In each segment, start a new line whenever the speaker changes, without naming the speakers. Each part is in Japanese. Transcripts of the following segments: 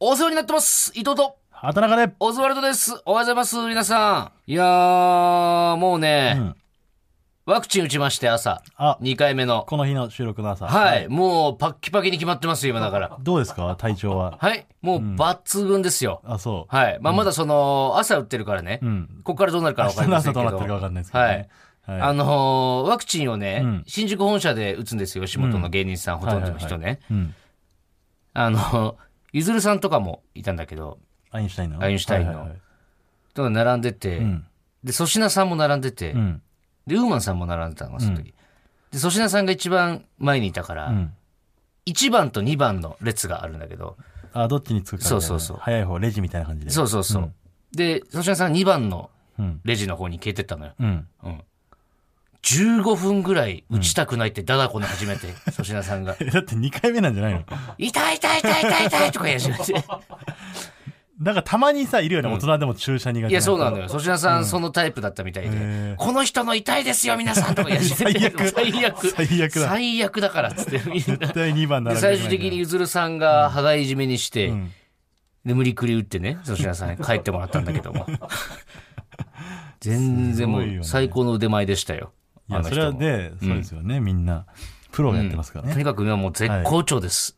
お世話になってます伊藤と
畑中で。
オズワルドですおはようございます皆さんいやーもうね、
うん
ワクチン打ちまして朝
あ、
2回目の
この日の収録の朝。
はい、もうパッキパキに決まってますよ今だから
どうですか体調は。
はいもう抜群ですよ、
あ、そう。
はいまあまだその、朝打ってるからね、
うん。
ここからどうなるか
明
わか
日
り
の
ませ
朝
んけ
ど
ど
うなってるかわかんないですけどね。はい
あのーワクチンをね、
うん
新宿本社で打つんですよ吉本の芸人さん、ほとんどの人ね、
うん。
あのゆずるさんとかもいたんだけど
アインシュタインの。
アインシュタインの
はいはいはい
とか並んでて、
うん。
で粗品さんも並んでて、
うん。
でウーマンさんも並んでたのその時、で粗品さんが一番前にいたから、
うん。
1番と2番の列があるんだけど
あ、どっちにつくかみたいな。
そうそうそう
早い方、レジみたいな感じで。
そうそうそう、で粗品さん2番の
うん。
レジの方に消えてったのよ、
うん。
うん、15分ぐらい打ちたくないってダダこの始め て、粗品さんが
だって2回目なんじゃないの
「痛い痛い痛い痛い痛い」とか言い始めて
なんかたまにさ、いるよね。大人でも注射苦手な人
いやそうなのよ粗品さんそのタイプだったみたいで、
へー
この人の痛いですよ皆さんとか言い始めて最悪
最悪だ
最悪だからっつってみんな
絶対2番並
で
べたくな
最
い
終的にゆずるさんが羽交い締めにして、
ん
で無理くり打ってね粗品さん に帰ってもらったんだけども全然も
すごいよ
う
ね
最高の腕前でしたよ
い
あ
や、
の
そ
人
れは
も
ね、そうですよね。みんな。プロがやってますから
と
ね。
にかく今もう絶好調です、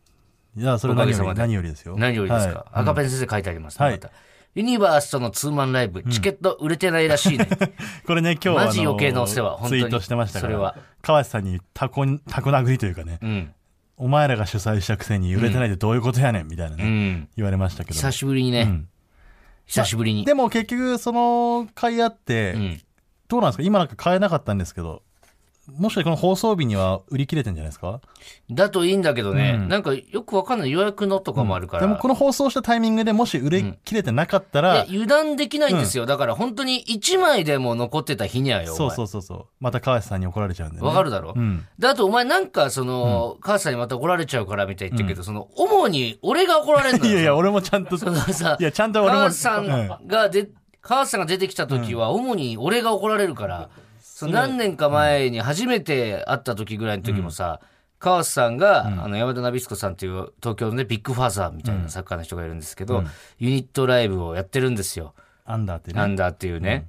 いや、それ
お
何
かげさ
よ
ま
り、
で
何よりですよ。
何よりですか、
はい
赤ペン先生書いてありますね、
はい
またユニバースとのツーマンライブ、チケット売れてないら しいね
これね、今日はあの
マジ余計なお世話本当
ツ
に
イートしてましたから。
それは
川瀬さんにタコ、タコ殴りというかね、
うん
お前らが主催したくせに売れてないでどういうことやねんみたいなね、
うん
言われましたけど。
久しぶりにね、
うん
久しぶりに、
でも結局、その会あって、
うん、
どうなんですか今なんか買えなかったんですけど、もしかしてこの放送日には売り切れてんじゃないですか
だといいんだけどね、
うん
なんかよくわかんない予約のとかもあるから、
でもこの放送したタイミングでもし売り切れてなかったら、
いや油断できないんですよ、だから本当に1枚でも残ってた日にはよお前
そうそうそうそう。また川瀬さんに怒られちゃうんで、ね。
わかるだろ、
うん。
であとお前なんかその、母さんにまた怒られちゃうからみたいに言ってるけど、その主に俺が怒られるの
い
よ
やいや、俺もちゃんと、
そのさ
いや、ちゃんと俺も。
母さ
うん
んがで、母さんが出てきた時は主に俺が怒られるから、その何年か前に初めて会った時ぐらいの時もさ、川瀬さんが、あの山田ナビスコさんっていう東京のねビッグファーザーみたいなサッカーの人がいるんですけど、ユニットライブをやってるんですよ、
アンダーってね。
アンダーっていうね、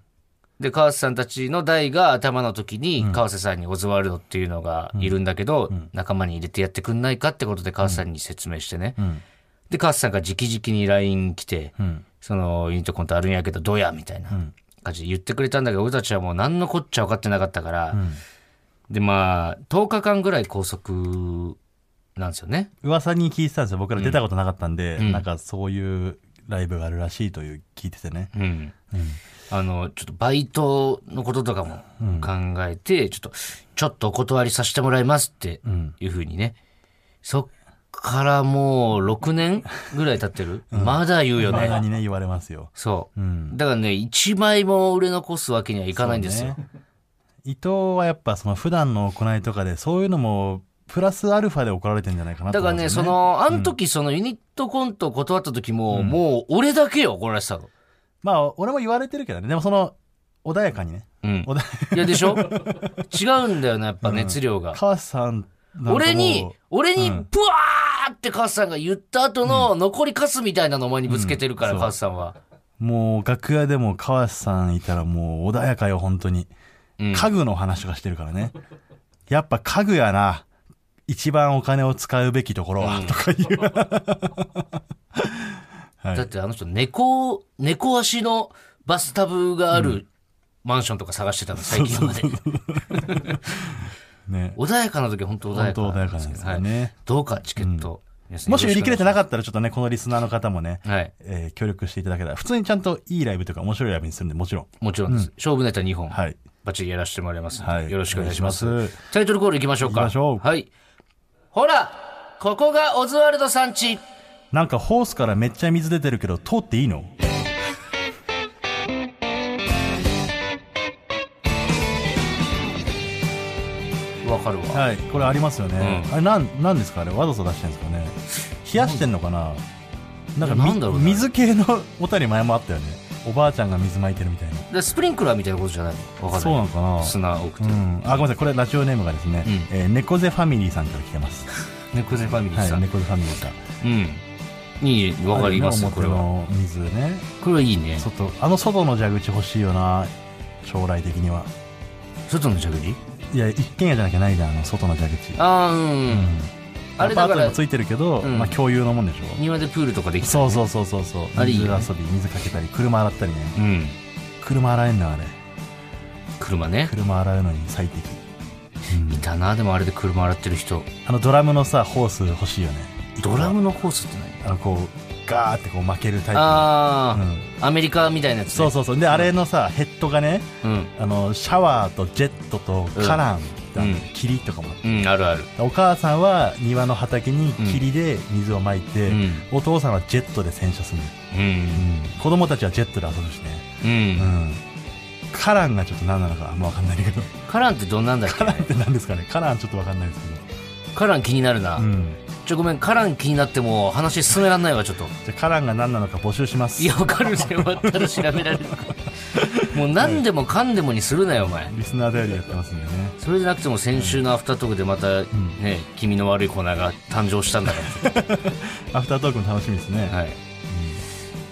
で川瀬さんたちの代が頭の時に川瀬さんにオズワルドっていうのがいるんだけど、仲間に入れてやってくんないかってことで川瀬さんに説明してね、
うん。
で川瀬さんが直々に LINE 来て、
うん。
そのユニットコントあるんやけどどうやみたいな感じで言ってくれたんだけど俺たちはもう何のこっちゃ分かってなかったから、でまあ10日間ぐらい拘束なんですよね
噂に聞いてたんですよ僕ら出たことなかったんで、
ん
なんかそういうライブがあるらしいという聞いててね、
うん、あのちょっとバイトのこととかも考えて、ちょっとちょっとお断りさせてもらいますって
ん
いうふうにねそっからもう6年ぐらい経ってる、まだ言うよ
まだ
ね
にね言われますよ
そう、
ん
だからね1枚も売れ残すわけにはいかないんですよ、
そうね伊藤はやっぱその普段の行いとかでそういうのもプラスアルファで怒られてんじゃないかなと
だから
思うんで
ね、
すよ
その、あの時、そのユニットコント断った時も、もう俺だけよ、怒られてたの。
まあ俺も言われてるけどねでもその穏やかにね
うん。
穏や
いや、でしょ違うんだよな、やっぱ熱量が。
母さんなんかもう
俺に、俺に、
う
ブ
ん
ワーってカスさんが言った後の、残りカスみたいなのを前にぶつけてるから、
うん
カスさんは。
もう楽屋でも川瀬さんいたらもう穏やかよ本当に、
うん
家具の話とかしてるからね やっぱ家具やな一番お金を使うべきところは、とか言うはい
だってあの人、猫、猫足のバスタブがあるマンションとか探してたの、最近まで。
ね
穏やかな時は本当穏や
本
か
当穏や
で
かな
す
ん
け
で
ど
すよね、
はいどうか、チケット。皆さん
もし売り切れてな
よ
かったらちょっとねこのリスナーの方もね
ろしくお願いし、ますはい。
えー協力していただけたら普通にちゃんといいライブとか面白いライブにするんでもちろん
もちろんです。勝負ネタ2本。
はい
バッチリやらせてもらいますんで、
はい
よろしくお願いします
お願いしま
タイトルコールいきましょうか
行きましょう
はいほらここがオズワルドさんち
なんかホースからめっちゃ水出てるけど通っていいの
わかるわ、
はいこれありますよね、
う
あれなんなんですかあれわざと出してるんですかね冷やしてんのかななんかみ
なんだろうね
水系のおたり前もあったよねおばあちゃんが水まいてるみたいな
でスプリンクラーみたいなことじゃないのわかる
そうなのかな
砂多く
う
て、
ん、あごめんなさいこれラジオネームがですね、
う
えー猫背ファミリーさんから来てます
猫背ファミリー
は
さ
い
ん、
猫背ファミリーさん
うんいいわかりますよ
ある
こ
よね
れは
表の水ね
これはいいね
外あの外の蛇口欲しいよな将来的には
外の蛇口
いや一軒家じゃなきゃないじゃんあの外の蛇口
ああうん、あれだ
ア
か
パートに
ら
もついてるけど、
うん
まあ共有のもんでしょ
庭でプールとかできた
そうそうそうそうそう
あれいい
水遊
よね
び水かけたり車洗ったりね
うん
車洗えんのあれ
車ね
車洗うのに最適、
いたなでもあれで車洗ってる人
あのドラムのさホース欲しいよね
ドラムのホースって何
あのこうガーってこう巻けるタイプの
ああ、
うん
アメリカみたいなやつ、ね、
そうそうそうであれのさヘッドがね
うん
あのシャワーとジェットとカランってある
うん
霧とかもあって
うんあるある
お母さんは庭の畑に霧で水をまいて、
うん
お父さんはジェットで洗車するの、
うん
うん、子供たちはジェットで遊ぶしね、
うん、
うん、カランがちょっと何なのかあんま分かんないけど
カランってどんなんだっけ
カランって何ですかねカランちょっと分かんないですけ
カラン気になるな、
ど、うん、
ちょごめんカラン気になってもう話進めらんないわちょっと
じゃあカランが何なのか募集します
いやわかるね終わったら調べられるからもう何でもかんでもにするなよお前
リスナー頼りやってますんでね
それじゃなくても先週のアフタートークでまたね、君の悪いコーナーが誕生したんだか
アフタートークも楽しみですね、
らはい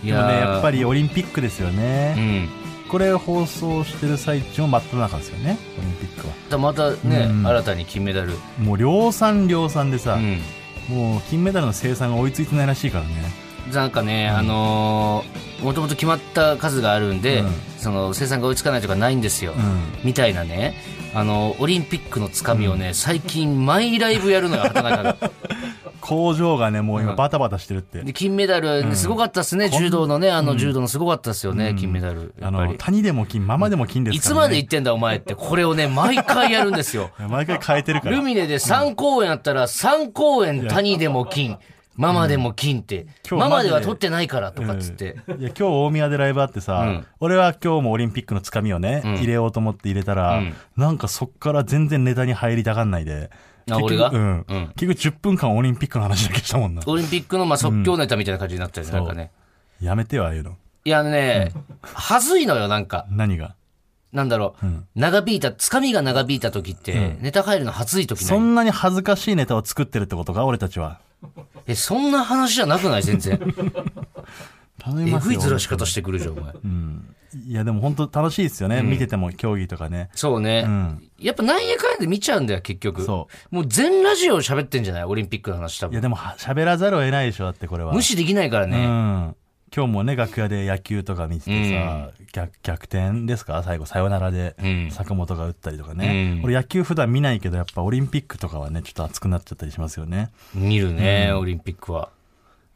い
でもね
ー
やっぱりオリンピックですよね
う、ん
これ放送してる最中も真っ只中ですよねオリンピックは
だまたね、
うん
新たに金メダル、
もう量産量産でさ、
うん、
もう金メダルの生産が追いついてないらしいからね
なんかね、あのもともと決まった数があるんで、
うん
その生産が追いつかないとかないんですよ、
うん
みたいなね、あのオリンピックのつかみをね、最近マイライブやるのよ畑中が
工場がねもう今バタバタしてるって、
で金メダルすごかったっすね、柔道のねあの柔道のすごかったっすよね、金メダルや
あ
っぱ
の
り
谷でも金ママでも金で
い
す
つ
から、
ま
ね、
で言ってんだお前ってこれをね毎回やるんです よ
毎回変えてるから
ルミネで3公演あったら3公演谷でも金ママでも金って、マ
今日
マで
マ
は
ジで
取ってないからとかっつって、
うんいや今日大宮でライブあってさ、
うん
俺は今日もオリンピックのつかみをね、
ん
入れようと思って入れたら、
うん
なんかそっから全然ネタに入りたがんないで
あ
結局
俺が
うん
うん
結局10分間オリンピックの話だけしたもんな
オリンピックのまあ即興ネタみたいな感じになったよね、なんかね。
やめてよああいうの
いやね、はずいのよ、なんか。
何が
なんだろう。長引いた、つかみが長引いた時って、ネタ入るのはずい時
そ
ない。
んなに恥ずかしいネタを作ってるってことか俺たちは
え、そんな話じゃなくない全 然。
頼み
え
ます
ぐい
よ
ずらし方してくるじゃん、お前。
いやでも本当楽しいですよね、見てても競技とかね
そうね。
ん
やっぱなんやかんやで見ちゃうんだよ、結局。
そ
もう全ラジオ喋ってんじゃないオリンピックの話多
いや
分。
でもは喋らざるを得ないでしょだってこれは
無視できないから
うん
ね。
今日もね楽屋で野球とか見ててさ、逆逆転ですか最後サヨナラで
うん
坂本が打ったりとかね、
うん
俺野球普段見ないけどやっぱオリンピックとかはねちょっと熱くなっちゃったりしますよね
見るね、オリンピックは。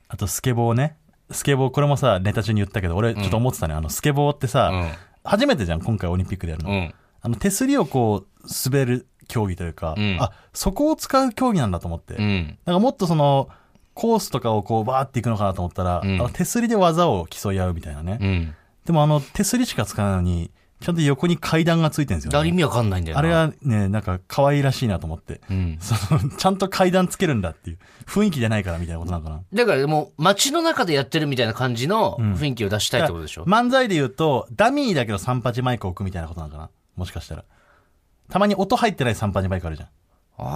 あとスケボーねスケボーこれもさネタ中に言ったけど俺ちょっと思ってたね、あのスケボーってさ、
うん
初めてじゃん今回オリンピックでやるの、
うん。
あの手すりをこう滑る競技というか、
ん
あそこを使う競技なんだと思って、
うん。
なんかもっとそのコースとかをこうバーっていくのかなと思ったら、
ん
あの手すりで技を競い合うみたいなね、
うん。
でもあの手すりしか使わないのにちゃんと横に階段がついてるんですよ、
だ意
ね、
味わかんないんだよな。
あれはねなんか可愛らしいなと思って、
うん。
そのちゃんと階段つけるんだっていう雰囲気じゃないからみたいなことなのかな、
だからもう街の中でやってるみたいな感じの雰囲気を出したいってことでしょ、
漫才で言うとダミーだけど三八マイク置くみたいなことなのかなもしかしたらたまに音入ってない三八マイクあるじゃん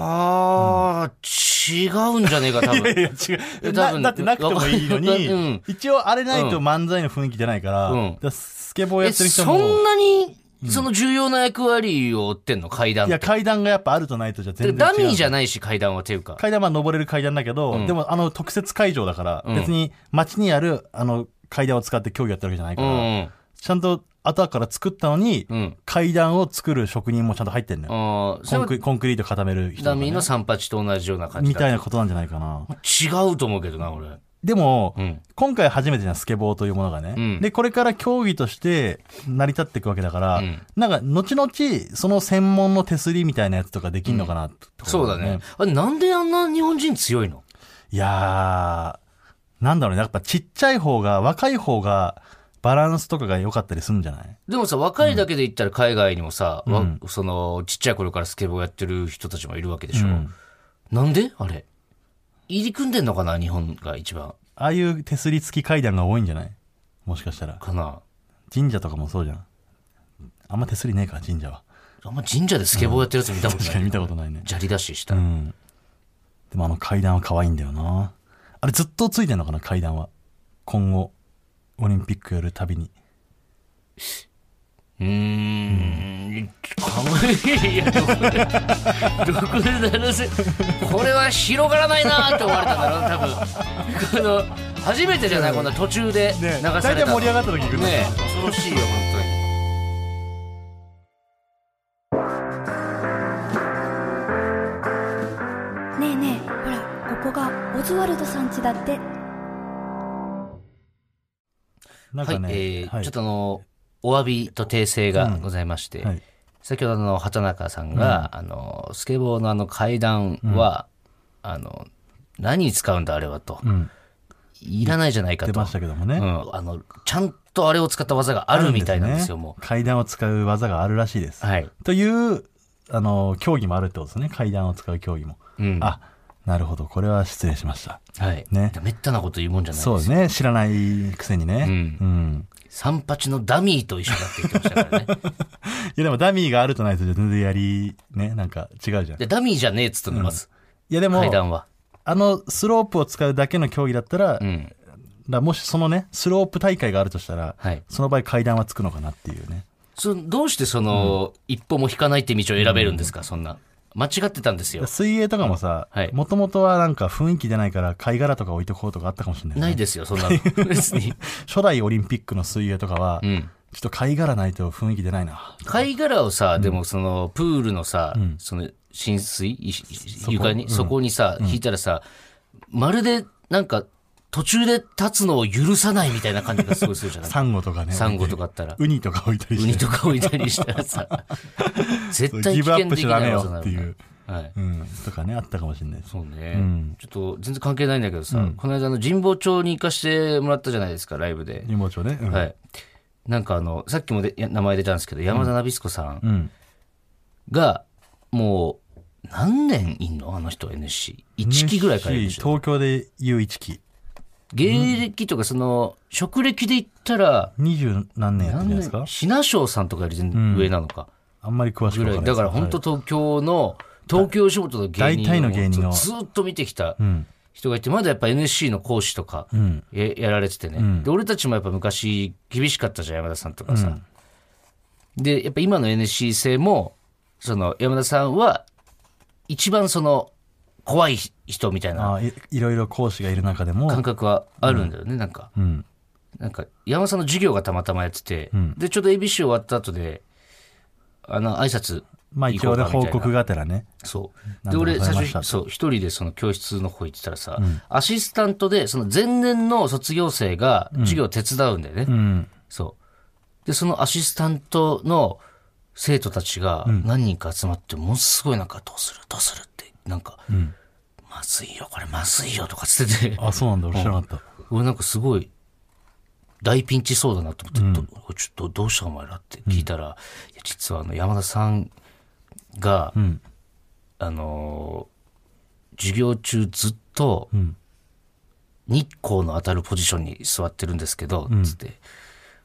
あー、違うんじゃねえか多
いや
分
いや違う
え
な
多分
だってなくてもいいのに、
わかん
一応あれないと漫才の雰囲気出ないから,、
うん
スケボーや
え
ってる人
そ
も
んなにその重要な役割を負ってんの階段
いや階段がやっぱあるとないとじゃ全然違
ダ
う
ミーじゃないし階段はっていうか
階段は登れる階段だけど、
ん
でもあの特設会場だから、
うん
別に街にあるあの階段を使って競技やってるわけじゃないか
う
ら、
ん
ちゃんと後から作ったのに、
うん
階段を作る職人もちゃんと入ってんのよ、
あーそ
コ
れ
ン
は
クリコンクリート固める人と
ダ
かね、
ミーの三八と同じような感じ
み
だ
たいなことなんじゃないかな
違うと思うけどな俺
でも、
うん
今回初めてじゃんスケボーというものがね、
うん
でこれから競技として成り立っていくわけだから、
うん
なんか後々その専門の手すりみたいなやつとかできんのかなってこと
そうだねあれなんであんな日本人強いの
いやーなんだろうねやっぱちっちゃい方が若い方がバランスとかが良かったりするんじゃない
でもさ若いだけで言ったら海外にもさ、わそのちっちゃい頃からスケボーやってる人たちもいるわけでしょ、
ん
なんであれ入り組んでんのかな日本が一番
ああいう手すり付き階段が多いんじゃないもしかしたら
かな
神社とかもそうじゃんあんま手すりねえか神社は
あんま神社でスケボーやってるやつ見たこと
確
な
か
い、
に見たことないね
砂利出しした、
うんでもあの階段は可愛いんだよな。あれずっとついてんのかな階段は今後オリンピックやるたびに
うーん、かわいいやどこで、どこでだろうせ、これは広がらないなって思われたんだろう、多分。この、初めてじゃない、こんな途中で流され
ね
た
大体盛
の。
り上がった時行くんだ
ねえ恐ろしいよ、本当に。
ねえねえほらここがオズワルドさん家だって
な
はい
んか、ね、
えー
はい
ちょっとあの、お詫びと訂正がございまして、
はい
先ほどの畑中さんが、あの、スケボーのあの階段は、あの、何に使うんだあれはと。
うん、
いらないじゃないか
出
と。
ましたけどもね、
うん、あの、ちゃんとあれを使った技があるみたいなんですよ、
ね
も
階段を使う技があるらしいです、
う。はい。
というあの競技もあるってことですね階段を使う競技も、
うん。
あなるほどこれは失礼しました
はい。
ね
めったなこと言うもんじゃないです
そうね知らないくせにね、
うん
ん
三八のダミーと一緒だって言ってましたからね。
いやでもダミーがあるとないとじゃ全然やりねなんか違うじゃんい
で、ダミーじゃねえっつったの、まず。
やでも
階段は。
あのスロープを使うだけの競技だったら,、
うん。
もしそのねスロープ大会があるとしたら、
はい
その場合階段はつくのかなっていうね
そどうしてその、一歩も引かないって道を選べるんですか、そんな。間違ってたんですよ。
水泳とかもさ
はい
もともとはなんか雰囲気出ないから貝殻とか置いとこうとかあったかもしれない,、ね、
ないですよ、そんなの。 別に。
初代オリンピックの水泳とかは、
うん。
ちょっと貝殻ないと雰囲気出ないな
貝殻をさ、でもその、プールのさ、その、浸水いい床に、そこにさ、引いたらさ、まるで、なんか、途中で立つのを許さないみたいな感じがすごいするじゃ ない
サンゴとかね
サンゴとかあったら、
ウニとか置いたり
ウ
して
ニとか置いたりしたら さ、絶対
ギ
危
ブア
険
ップ
で
し
き
ちゃダ
な
メ
い
よ
技なの
っていう、
はい。
うん、とかねあったかもしれないです
そうね、
ん
ちょっと全然関係ないんだけどさ、この間あの神保町に行かしてもらったじゃないですか、ライブで。
神保町ね、うん
はい。なんかあの、さっきもでや名前出たんですけど、山田ナビスコさん
うん、
が、もう、何年いんのあの人 NSC。1期ぐらいからいるでしょ。
東京で言う1期
芸歴とか、その、職歴で言ったら、
二十何年やってる
何
んじゃないです
年
か
品翔さんとかより全然上なのか。
あんまり詳しく
ぐい。
わかららないです
だから本当東京の、東京仕事の芸人を
大体の芸人を
ずっと見てきた
うん
人がいて、まだやっぱ NSC の講師とか、
うん
ややられててね、
ん
で俺たちもやっぱ昔厳しかったじゃん山田さんとかさ、でやっぱ今の NSC 制もその山田さんは一番その怖い人みたいな
あいいろいろ講師がいる中でも
感覚はあるんだよね、なんか
うん
なんか山田さんの授業がたまたまやってて、
ん
でちょうど ABC 終わった後であの挨拶
まあ一応ね報告がてらね
そう。で、
なんで
俺、
ござい
最
ました
初、そう、一人でその教室の方行ってたらさ、アシスタントで、その前年の卒業生が授業を手伝うんだよね。
うん
そう。で、そのアシスタントの生徒たちが何人か集まって、ものすごいなんか、どうするどうするって、なんか、まずいよ、これまずいよとかつって て、
あそうなんだ俺知らなかった
俺なんかすごい、大ピンチそうだなと思って、どちょっとどうしたお前らって聞いたら、いや実はあの山田さんが、
ん
あのー授業中ずっと
ん
日光の当たるポジションに座ってるんですけど、つって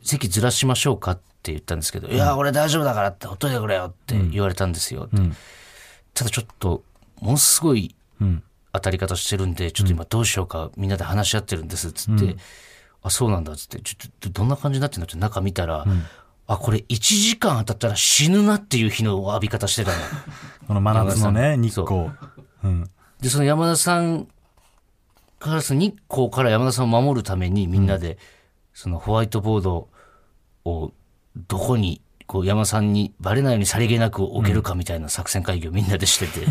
席ずらしましょうかって言ったんですけど、いや俺大丈夫だからってほっといてくれよって言われたんですよって、ただちょっとものすごい
うん
当たり方してるんで、ちょっと今どうしようか、みんなで話し合ってるんです、つって、あ、そうなんだ、つって、ちょっとどんな感じになってんだって中見たら、あ、これ1時間当たったら死ぬなっていう日の浴び方してたの。
この真夏のね
山田
日
さん
光うん
で、その山田さんから、その日光から山田さんを守るためにみんなで、そのホワイトボードをどこに、こう山田さんにバレないようにさりげなく置けるかみたいな作戦会議をみんなでしてて。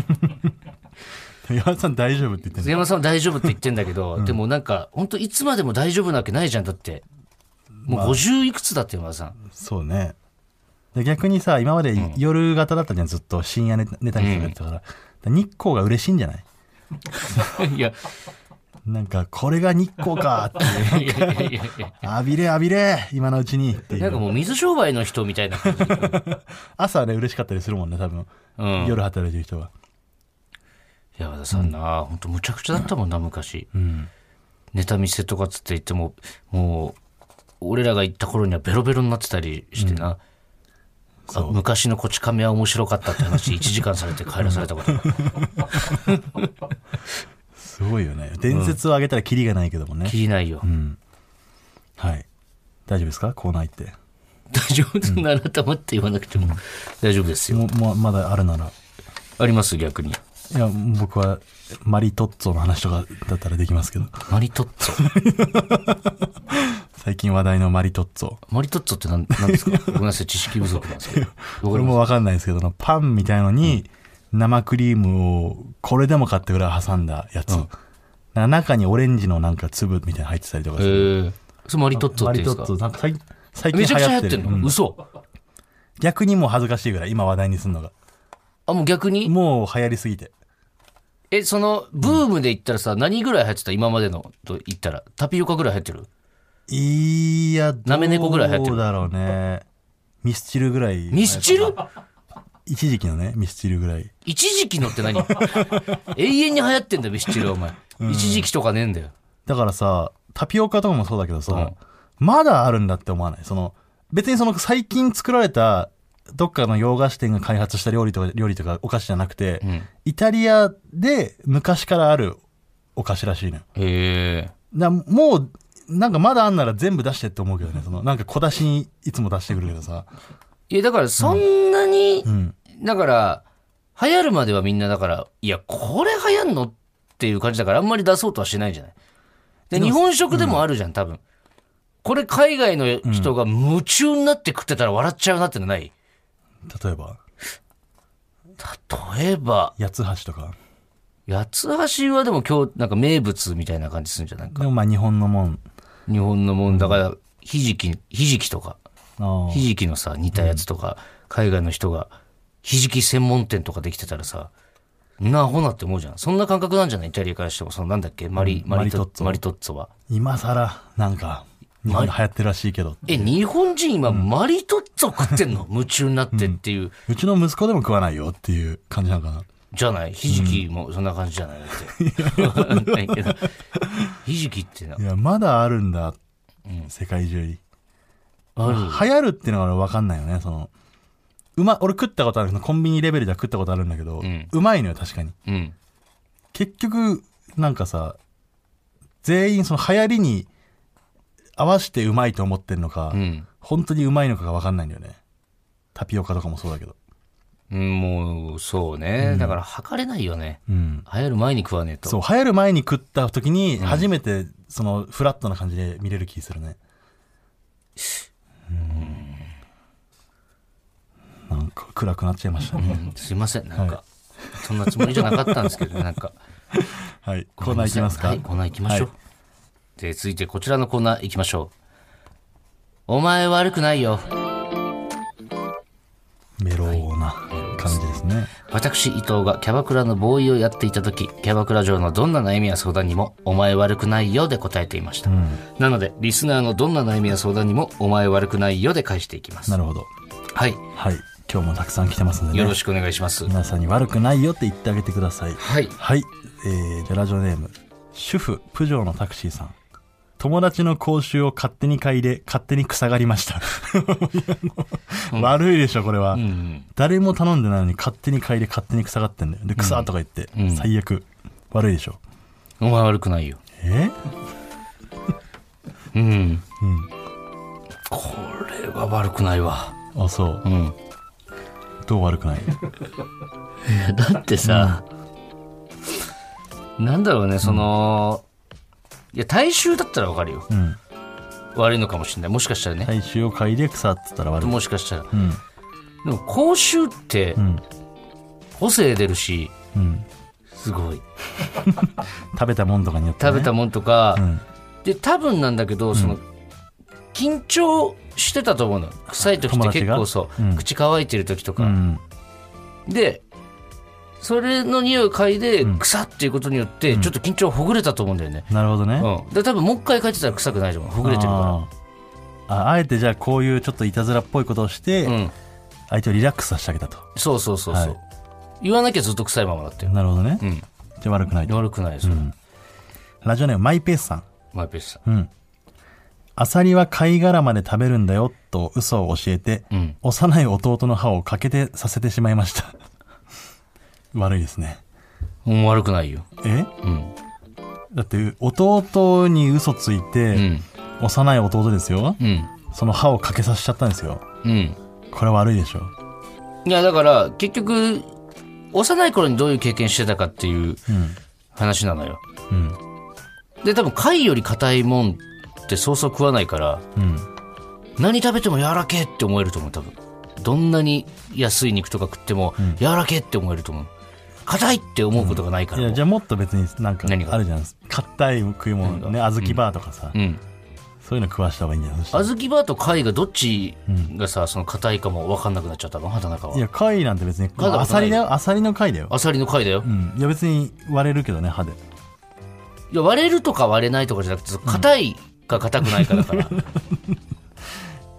山田さん大丈夫って言ってんの
山田さんは大丈夫って言ってんだけど、でもなんか、本当いつまでも大丈夫なわけないじゃん、だって。もう50いくつだって、山田さん。
そうねで逆にさ今まで夜型だったじゃんずっと深夜ネタネタにするやつだから,、日光が嬉しいんじゃない
いや、
なんかこれが日光かっていう
いやいやいやいや。
浴びれ浴びれ今のうちにってい
なんか
う
もう水商売の人みたいな感じ。
朝はね嬉しかったりするもんね多分、
うん
夜働いてる人は
山田さんな、本当むちゃくちゃだったもんな、昔。ネタ見せとかっつって言っても、もう、俺らが行った頃にはベロベロになってたりしてな。あ
そう
昔のこち亀は面白かったって話、1時間されて帰らされたことが。
すすごいよね。伝説をあげたらキリがないけどもね
切。りないよ
う。ん。はい。大丈夫ですかコーナー行って。
大丈夫そんな改まって言わなくても大丈夫ですよ。
ももうまだあるなら。
あります逆に。
いや、僕はマリトッツォの話とかだったらできますけど。
マリトッツォ。
最近話題のマリトッツォ。
マリトッツォって何何 ですかごめんなさい、知識不足なんですけど。
これもわかんないですけど、パンみたいのに生クリームをこれでもかってぐらい挟んだやつ。
うん
な中にオレンジのなんか粒みたいなの入ってたりとか
え
する。
ー、それマリトッツォ
マ
って
リ
言う
ト
んで
ッ
すか
ツォ、なんか最最近
めちゃくちゃ
流
流
行
行
っ
ってて
る
る。
う
の、
ん
嘘
逆にもう恥ずかしいぐらい、今話題にするのが。
あ、もう逆に
もう流行りすぎて。
え、その、ブームで言ったらさ、何ぐらい流行ってた今までのと言ったら。タピオカぐらい流行ってる
いや、ど
なめ猫ぐらい流行ってる
うだろうね。ミスチルぐらい。
ミスチル
一時期のね、ミスチルぐらい。
一時期のって何 永遠に流行ってんだよ、ミスチルはお前。一時期とかねえんだよ。
だからさ、タピオカとかもそうだけどさ、
うん
まだあるんだって思わないその、別にその最近作られた、どっかの洋菓子店が開発した料理とか、料理とかお菓子じゃなくて、
うん。へ
イタリアで昔からあるお菓子らしいのよ。
え。
なもう、なんかまだあんなら全部出してって思うけどね、その、なんか小出しにいつも出してくるけどさ、
いや、だからそんなに、
うん。
だから、流行るまではみんなだから、いや、これ流行んのっていう感じだから、あんまり出そうとはしないんじゃないで、日本食でもあるじゃん、多分。これ海外の人が夢中になって食ってたら笑っちゃうなってのない
例えば、
例えば、
八つ橋とか。
八つ橋はでも今日なんか名物みたいな感じするんじゃないか
でもまあ日本のもん。
日本のもんだからひじきひじきとか
ああ
ひじきのさ似たやつとか、海外の人がひじき専門店とかできてたらさんなアホなって思うじゃんそんな感覚なんじゃないイタリアからしてもそのなんだっけマリ,、マリ
マリ
ト
トッツォ
マリトッツォは
今更、なんか、日本で流行ってるらしいけど。
え日本人今、マリトッツォ食って んの夢中になってっていう、
うちの息子でも食わないよっていう感じなのかな。
じゃないひじきもそんな感じじゃないだってわかん ないけどひじきってない
や、まだあるんだ。世界中に。
ある
流行るっていうのが俺分かんないよね。その、うま、俺食ったことある。コンビニレベルでは食ったことあるんだけど、うんまいのよ、確かに。
うん
結局、なんかさ、全員その流行りに合わせてうまいと思ってるのか、
うん
本当にうまいのかが分かんないんだよね。タピオカとかもそうだけど。
うんもう、そうね。だから、測れないよね。
うん。
流行る前に食わねえと。
そう、流行る前に食った時に、初めて、その、フラットな感じで見れる気するね。うんなんか、暗くなっちゃいましたね。
うんすいません、なんか、そんなつもりじゃなかったんですけど、なんか。
はい。 コーナーいきますか。
はい、コーナー行きましょう。
は
で、続いてこちらのコーナー行きましょう。お前悪くないよ。
メローな感じですね。
私、伊藤がキャバクラのボーイをやっていた時、キャバクラ上のどんな悩みや相談にも、お前悪くないよで答えていました。なので、リスナーのどんな悩みや相談にも、お前悪くないよで返していきます。
なるほど。
はい。
はい。今日もたくさん来てますんで
よ
ね
ろ。しくお願いします。
皆さんに悪くないよって言ってあげてください。
はい。
はい。えー、でラジオネーム、主婦、プジョーのタクシーさん。友達の口臭を勝手に嗅いで、勝手に臭がりました。いやもう悪いでしょ、これは。
うん。
誰も頼んでないのに勝手に嗅いで、勝手に臭がってんだよ。で、臭ーとか言って、
うん
最悪。悪いでしょ。
お前悪くないよ。
え
うん。これは悪くないわ。
あ、そう
う。ん。
どう悪くない
だってさ、なんだろうね、その、いや、大衆だったらわかるよ。
うん。
悪いのかもしれない。もしかしたらね。
体臭を嗅いで、臭って言ったら悪い。
もしかしたら。
うん。
でも、口臭って
う、ん。
個性出るし、
うん。
すごい。
食べたもんとかによって、ね。
食べたもんとか、
うん。
で、多分なんだけど、その、緊張してたと思うの。臭い時って
友達
結
が
構そう、
うん
口乾いてる時と
う
か。
ん。
で、それの匂いを嗅いで、
ん
臭っていうことによって、ちょっと緊張ほぐれたと思うんだよね。
なるほどね。
うん。で、多分もう一回嗅いでたら臭くないと思う。ほぐれてるか
あーああえてじゃあこういうちょっといたずらっぽいことをして、
ら。うん。
相手をリラックスさせてあげたと
そうそうそうそう。
はい
言わなきゃずっと臭いままだったよ。
なるほどね、
うん。
じゃあ悪くないと、
悪くないですよ。
ラジオネームマイペースさん
マイペースさ
うんアサリは貝殻まで食べるんだよと嘘を教えて、
ん。うん。
幼い弟の歯を欠けてさせてしまいました 悪いですね
もう悪くないよ。
え
うん。
だって弟に嘘ついて、
うん。
幼い弟ですよ、
うん。
その歯をかけさせちゃったんですよ
うん。
これ悪いでしょ
いや、だから、結局、幼い頃にどういう経験してたかっていう話なのよ。
うん
で、多分、貝より硬いもんってそうそう食わないから、
うん
何食べても柔らけえって思えると思う、多分。どんなに安い肉とか食っても、柔らけえって思えると思う。硬いって思うことがないから。
いや
もう
じゃあもっと別になんかあ
何が
るじゃん硬い食い物ね小豆バーとかさ、
うん。
そういうの食わした方がいいんじゃないそしたら
小豆バーと貝がどっちがさ、その硬いかも分かんなくなっちゃったの畑中
いや
は。
貝なんて別に
だから
アサリだよアサリの貝だよ
アサリの貝だよ
う。んいや別に割れるけどね歯で
いや、割れるとか割れないとかじゃなくて、硬いか硬くないかだから。
だか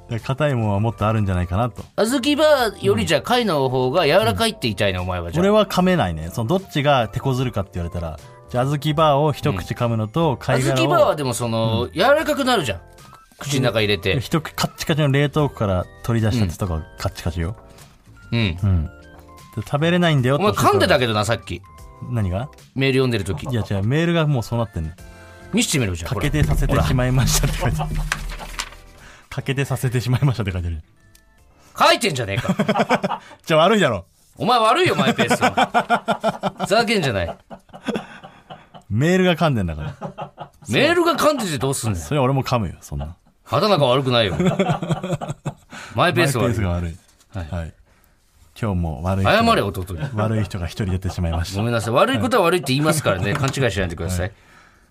ら硬いもんはもっとあるんじゃないかなと
小豆バーよりじゃあ貝の方が柔らかいって言いたいな、お前はじゃ
俺
あ。
は噛めないねそのどっちが手こずるかって言われたらじゃあ小豆バーを一口噛むのと貝
小
殻
豆バー
を
はでもその、柔らかくなるじゃん。口の中入れて。
一口カッチカチの冷凍庫から取り出したやつとかがカッチカチよ、
うん。
うん、で食べれないんだよっ
お
て
前噛んで
教え
たけどな、さっき。
ら何が
メール読んでる時
いや違うメールがもうそうなってんの
見せてみろじゃん。
か
こ
け
れ
てさせてしまいましたって書いてあるかけてさせてしまいましたって書いてある
書いてんじゃねえか。
じゃあ悪いだろ
お前悪いよ、マイペースは。ふざけんじ ゃない。
メールが噛んでんだから
メールが噛んでてどうすんねん。
それは俺も噛むよそんな
畑中悪く ないよ。マイペースは
マ
悪い
イペース。が悪い、はい今日も悪い人が
謝れ、弟に。
悪い人が一人出てしまいまし
ご
た
めんなさい。悪いことは悪いって言いますから ね。勘違いしないでください。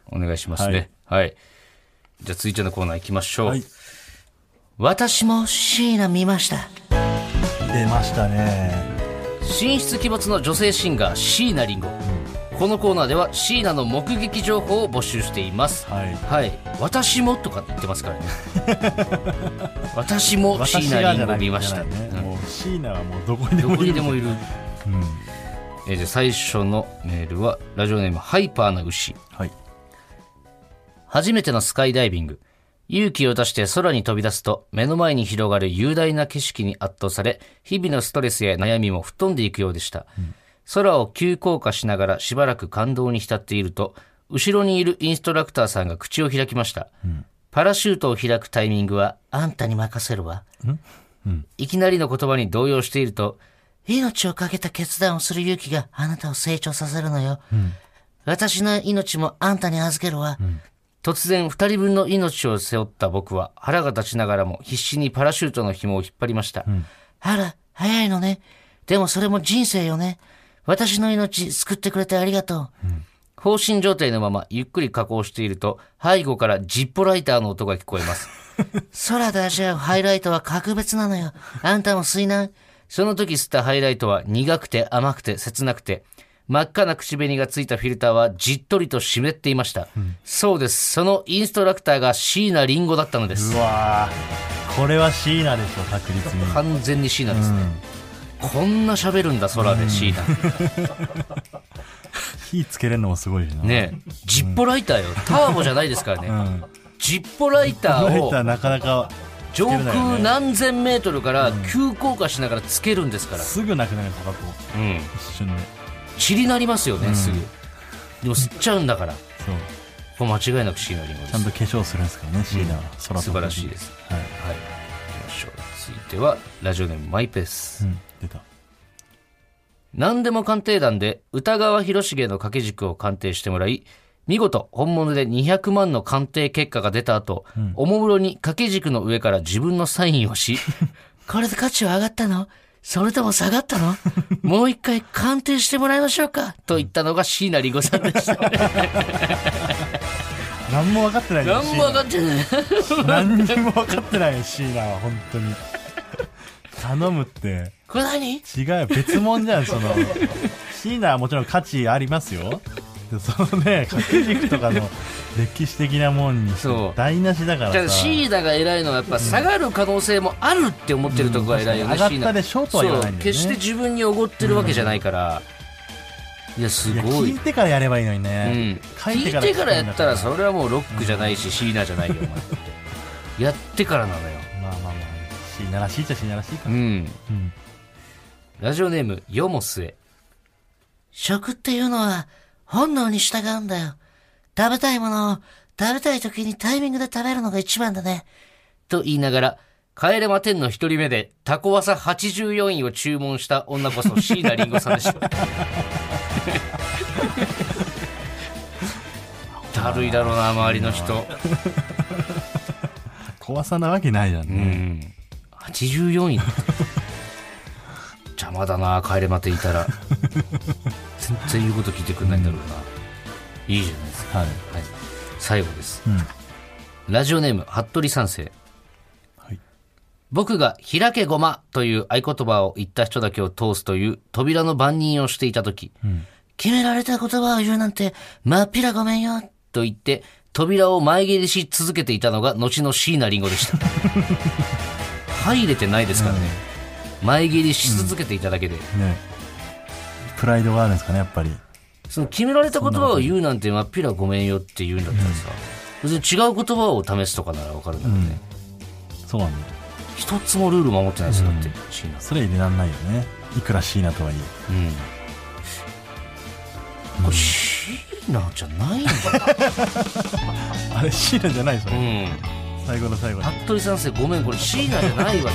お願いしますね。はい。じゃあ続いてのコーナー行きましょう。
はい
私も椎名見ました。
出ましたね
神出鬼没の女性シンガー椎名林檎。このコーナーでは椎名の目撃情報を募集しています。
はい
はい。私もとか言ってますからね。 私も椎
私
名
が
林
じゃな
檎
い
見ました。
じゃないね
うん
もう椎名はもうどこにで
ど
も
こ
い
に
る
でもいる。えーじゃあ最初のメールは、ラジオネームハイパーな牛。
はい
初めてのスカイダイビング。勇気を出して空に飛び出すと、目の前に広がる雄大な景色に圧倒され、日々のストレスや悩みも吹っ飛んでいくようでした。空を急降下しながらしばらく感動に浸っていると、後ろにいるインストラクターさんが口を開きました。パラシュートを開くタイミングは、あんたに任せるわ。いきなりの言葉に動揺していると、命を懸けた決断をする勇気があなたを成長させるのよ。私の命もあんたに預けるわ。突然、二人分の命を背負った僕は腹が立ちながらも必死にパラシュートの紐を引っ張りました。あら、早いのね。でもそれも人生よね。私の命救ってくれてありがとう。放心状態のままゆっくり加工していると背後からジッポライターの音が聞こえ ます。空で味わうハイライトは格別なのよ。あんたも吸いな。その時吸ったハイライトは苦くて甘くて切なくて、真っ赤な口紅がついたフィルターはじっとりと湿っていました。そうです。そのインストラクターが椎名林檎だったので
う
す。
わーこれは椎名でしょ確実に
完全に椎名ですね。こんな喋るんだ空で椎名。
火つけれるのもすごいしな
ねえジッポライターよ。ターボじゃないですからね。
うん
ジッポライタ
ラ
ー
イ
を
ターなかなか
上
つけれないよ
空
ね
何千メートルから急降下しながらつけるんですから。
すぐなくなるタバコ
うん。
一瞬で
血になりますよね、すぐ。でも吸っちゃうんだから。
そう
これ間違いなく椎名林檎です。
ちゃんと化粧するんですからね椎名は空飛ぶ
素晴らしいです。
はい
はい。行きましょう。続いては、ラジオネームマイペース。
うん出た
何でも鑑定団で歌川広重の掛け軸を鑑定してもらい、見事本物で200万の鑑定結果が出た後、おもむろに掛け軸の上から自分のサインをし、これで価値は上がったのそれとも下がったのもう一回鑑定してもらいましょうかと言ったのが椎名林檎さんでした。
何も分かってな い
何も上が
っ
ってない。
てない何にも分かってないよ椎名は本当に頼むって
これ何
違うよ別物じゃんその椎名はもちろん価値ありますよでそのね掛け軸とかの歴史的なもんにして
そう
台無しだか
じゃ
ら
あ
さ
シーダが偉いのはやっぱ下がる可能性もあるって思ってるとこが偉いよね、
うん確かに
シー
上
ダ
がったでしょうとは言わないんだよね
そう決して自分におごってるわけじゃないから、いやす
いや
ごい
聞いてからやればいいのに
うん
ね、書
聞いてからやったら
そ
それはもうロックじゃないし、シーナじゃないよお前ってやってからなのよ
まあまあまあ椎名らしいっちゃ椎名らしいか
う
ら、
ん
うん
ラジオネーム、よもすえ。食っていうのは本能に従うんだよ。食べたいものを食べたい時にタイミングで食べるのが一番だね。と言いながら、帰れま10の一人目でタコワサ84位を注文した女こそ椎名林檎さんで した。だるいだろうな、周りの人。
怖さなわけないじゃん
う
ね。
ん。84位だって邪魔だな帰れまていたら全然言うこと聞いてくれないんだろうな、いいじゃないですか、
はい。
はい、最後です、
うん。
ラジオネーム服部三世
はい。
僕が「開けごま」という合言葉を言った人だけを通すという扉の番人をしていた時、決められた言葉を言うなんてまっぴらごめんよと言って扉を前蹴りし続けていたのが後の椎名林檎でした入れてないですからね、前蹴りし続けていただけで、
ねプライドがあるんですかね、やっぱり。
その決められた言葉を言うなんてまっぴらごめんよって言うんだったらさ、別に違う言葉を試すとかならわかるんだけどね、
そうなんだ。
一つもルール守ってないですよ、だって椎名さん
それ入れらんないよね。いくら椎名とはいえ。
うん。これシーナじゃないんだ。
あれ、椎名じゃないそうれ。
ん。
最後の最後に。
服部三世ごめんこれシーナじゃないわちょっ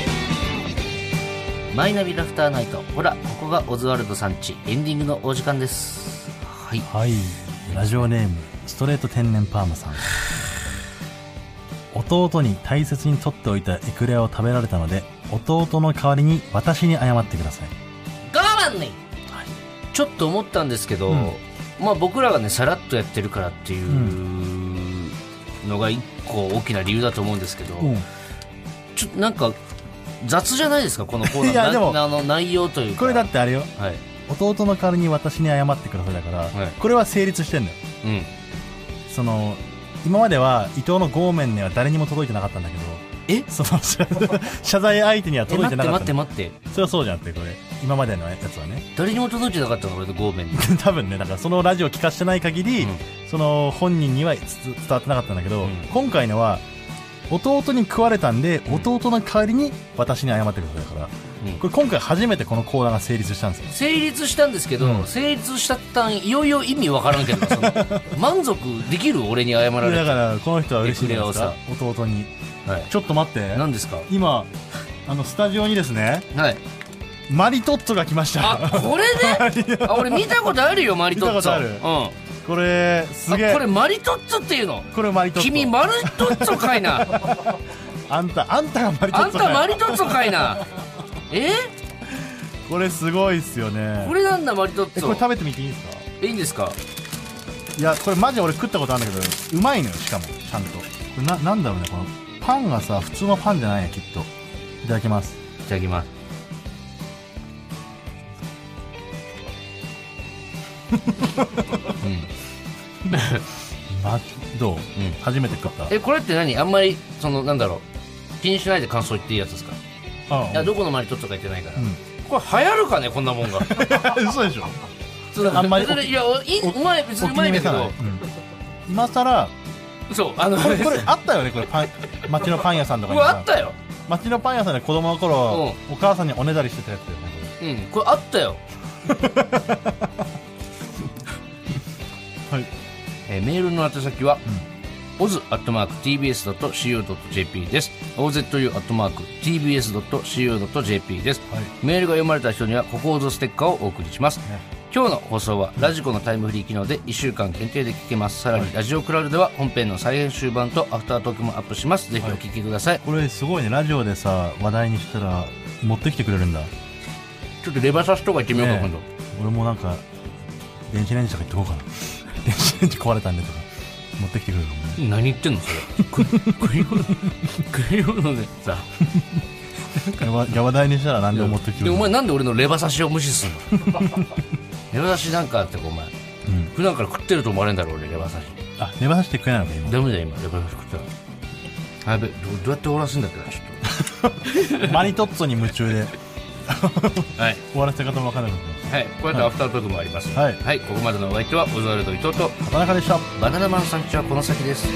と。マイナビラフターナイトほらここがオズワルドさんちエンディングのお時間ですはい
はい。ラジオネーム、ストレート天然パーマさん。弟に大切に取っておいたエクレアを食べられたので、弟の代わりに私に謝ってください。
ガーマンねちょっと思ったんですけど、
うん
まあ僕らがねさらっとやってるからっていううのが一個大きな理由だと思うんですけど、ちょっとなんか雑じゃないですかこのコーナー
いや
な
でも
なあの内容というか
これだってあれよ。
はい、
弟の代わりに私に謝ってくださいだから、
はい
これは成立してんだよ。
うん、
その、今までは伊藤のゴーメンには誰にも届いてなかったんだけど、
え
その謝罪相手には
え
届
待って
いてなかっ
待ったて
の
待って
それはそうじゃんってこれ今までのやつはね
誰にも届いてなかったの俺のゴーベンに
多分ねだからそのラジオ聞かしてない限り、
うん
その本人にはつ伝わってなかったんだけど、
うん
今回のは弟に食われたんで、弟の代わりに私に謝ってくださいだから
うん
これ今回初めてこのコーナーが成立したんですよ
成立したんですけど、
うん
成立したったんいよいよ意味わからんけどそ の満足できる俺に謝られ
だ
て、
からこの人は嬉しいじゃないですか弟に
はい、
ちょっと待って
何ですか
今あのスタジオにですね
はい
マリトッツォが来ました
あこれ ねあ俺見たことあるよマリトッツォ
見たこ
うん
これすげ
あ
え
これマリトッツォっていうの
これマリトッツォ
君マリトッツォかい な
あんたあんたがマリト
あ
ッ
ん
ツォか
た
よ
マリトッツォかいなえ
これすごいっすよね
これなんだマリトッ
え
ツ
これ食
ォ
べてみていいですか
いいんですか
いやこれマジ俺食ったことあるんだけどうまいのよしかもちゃんとこれななんだろうねこのパンがさ普通のパンじゃないねきっといただきます
いただき ますうん
マどう、
ん
初めて食った
えこれって何あんまりそのなんだろう気にしないで感想言っていいやつですか
あ
いやどこのマリトッツォか言ってないから、
うん
これ流行るかねこんなもんが
嘘でしょ
そうだから
あんまり
別にいやおいいお前別
お
にう
気
まい
に
んだけ
召さない、う
ど
ん、今さら
そうあの
これこれあったよねこれパン町のパン屋さんとか
う
に
わあ
さ
ったよ
町のパン屋さんで子供の頃、お母さんにおねだりしてたやつだよね
うんこれあったよ
これはい
えーメールの宛先は、o z t b s c o j p です。ozu.tbs.co.jp です、
はい
メールが読まれた人には、ここをぞステッカーをお送りします。
ね
今日の放送は、ラジコのタイムフリー機能で1週間限定で聞けます。さらに、ラジオクラウドでは本編の再編集版とアフタートークもアップします。ぜひお聞きください。
これすごいねラジオでさ話題にしたら持ってきてくれるんだ
ちょっとレバ刺しとか言ってみようか、
ねえ
今度。
俺もなんか電子レンジとか行ってこうかな 電子レンジ壊れたんでとか持ってきてくれるかもね
何言ってんのそれ。クリオの、クリオのね、さ。
やばやば台にしたら何でも持ってきてく
で
れ
お
る
前なんで俺のレバ刺しを無視すんのレバ刺しなんかあってお前
うん
普段から食ってると思われんだろ俺レバ刺し
あ粘らせてくれないのか今
ダメだよ今レバ刺し食ったらやべどどうやって終わらすんだっけなちょ
マリトッツォに夢中で
っとはい、
終わらせ方も分からなくなって
はい、こうやってアフタートークもあります
はい
はい、ここまでのお相手はオズワルド伊藤と
畑中でした
バナナマンさんちはこの先です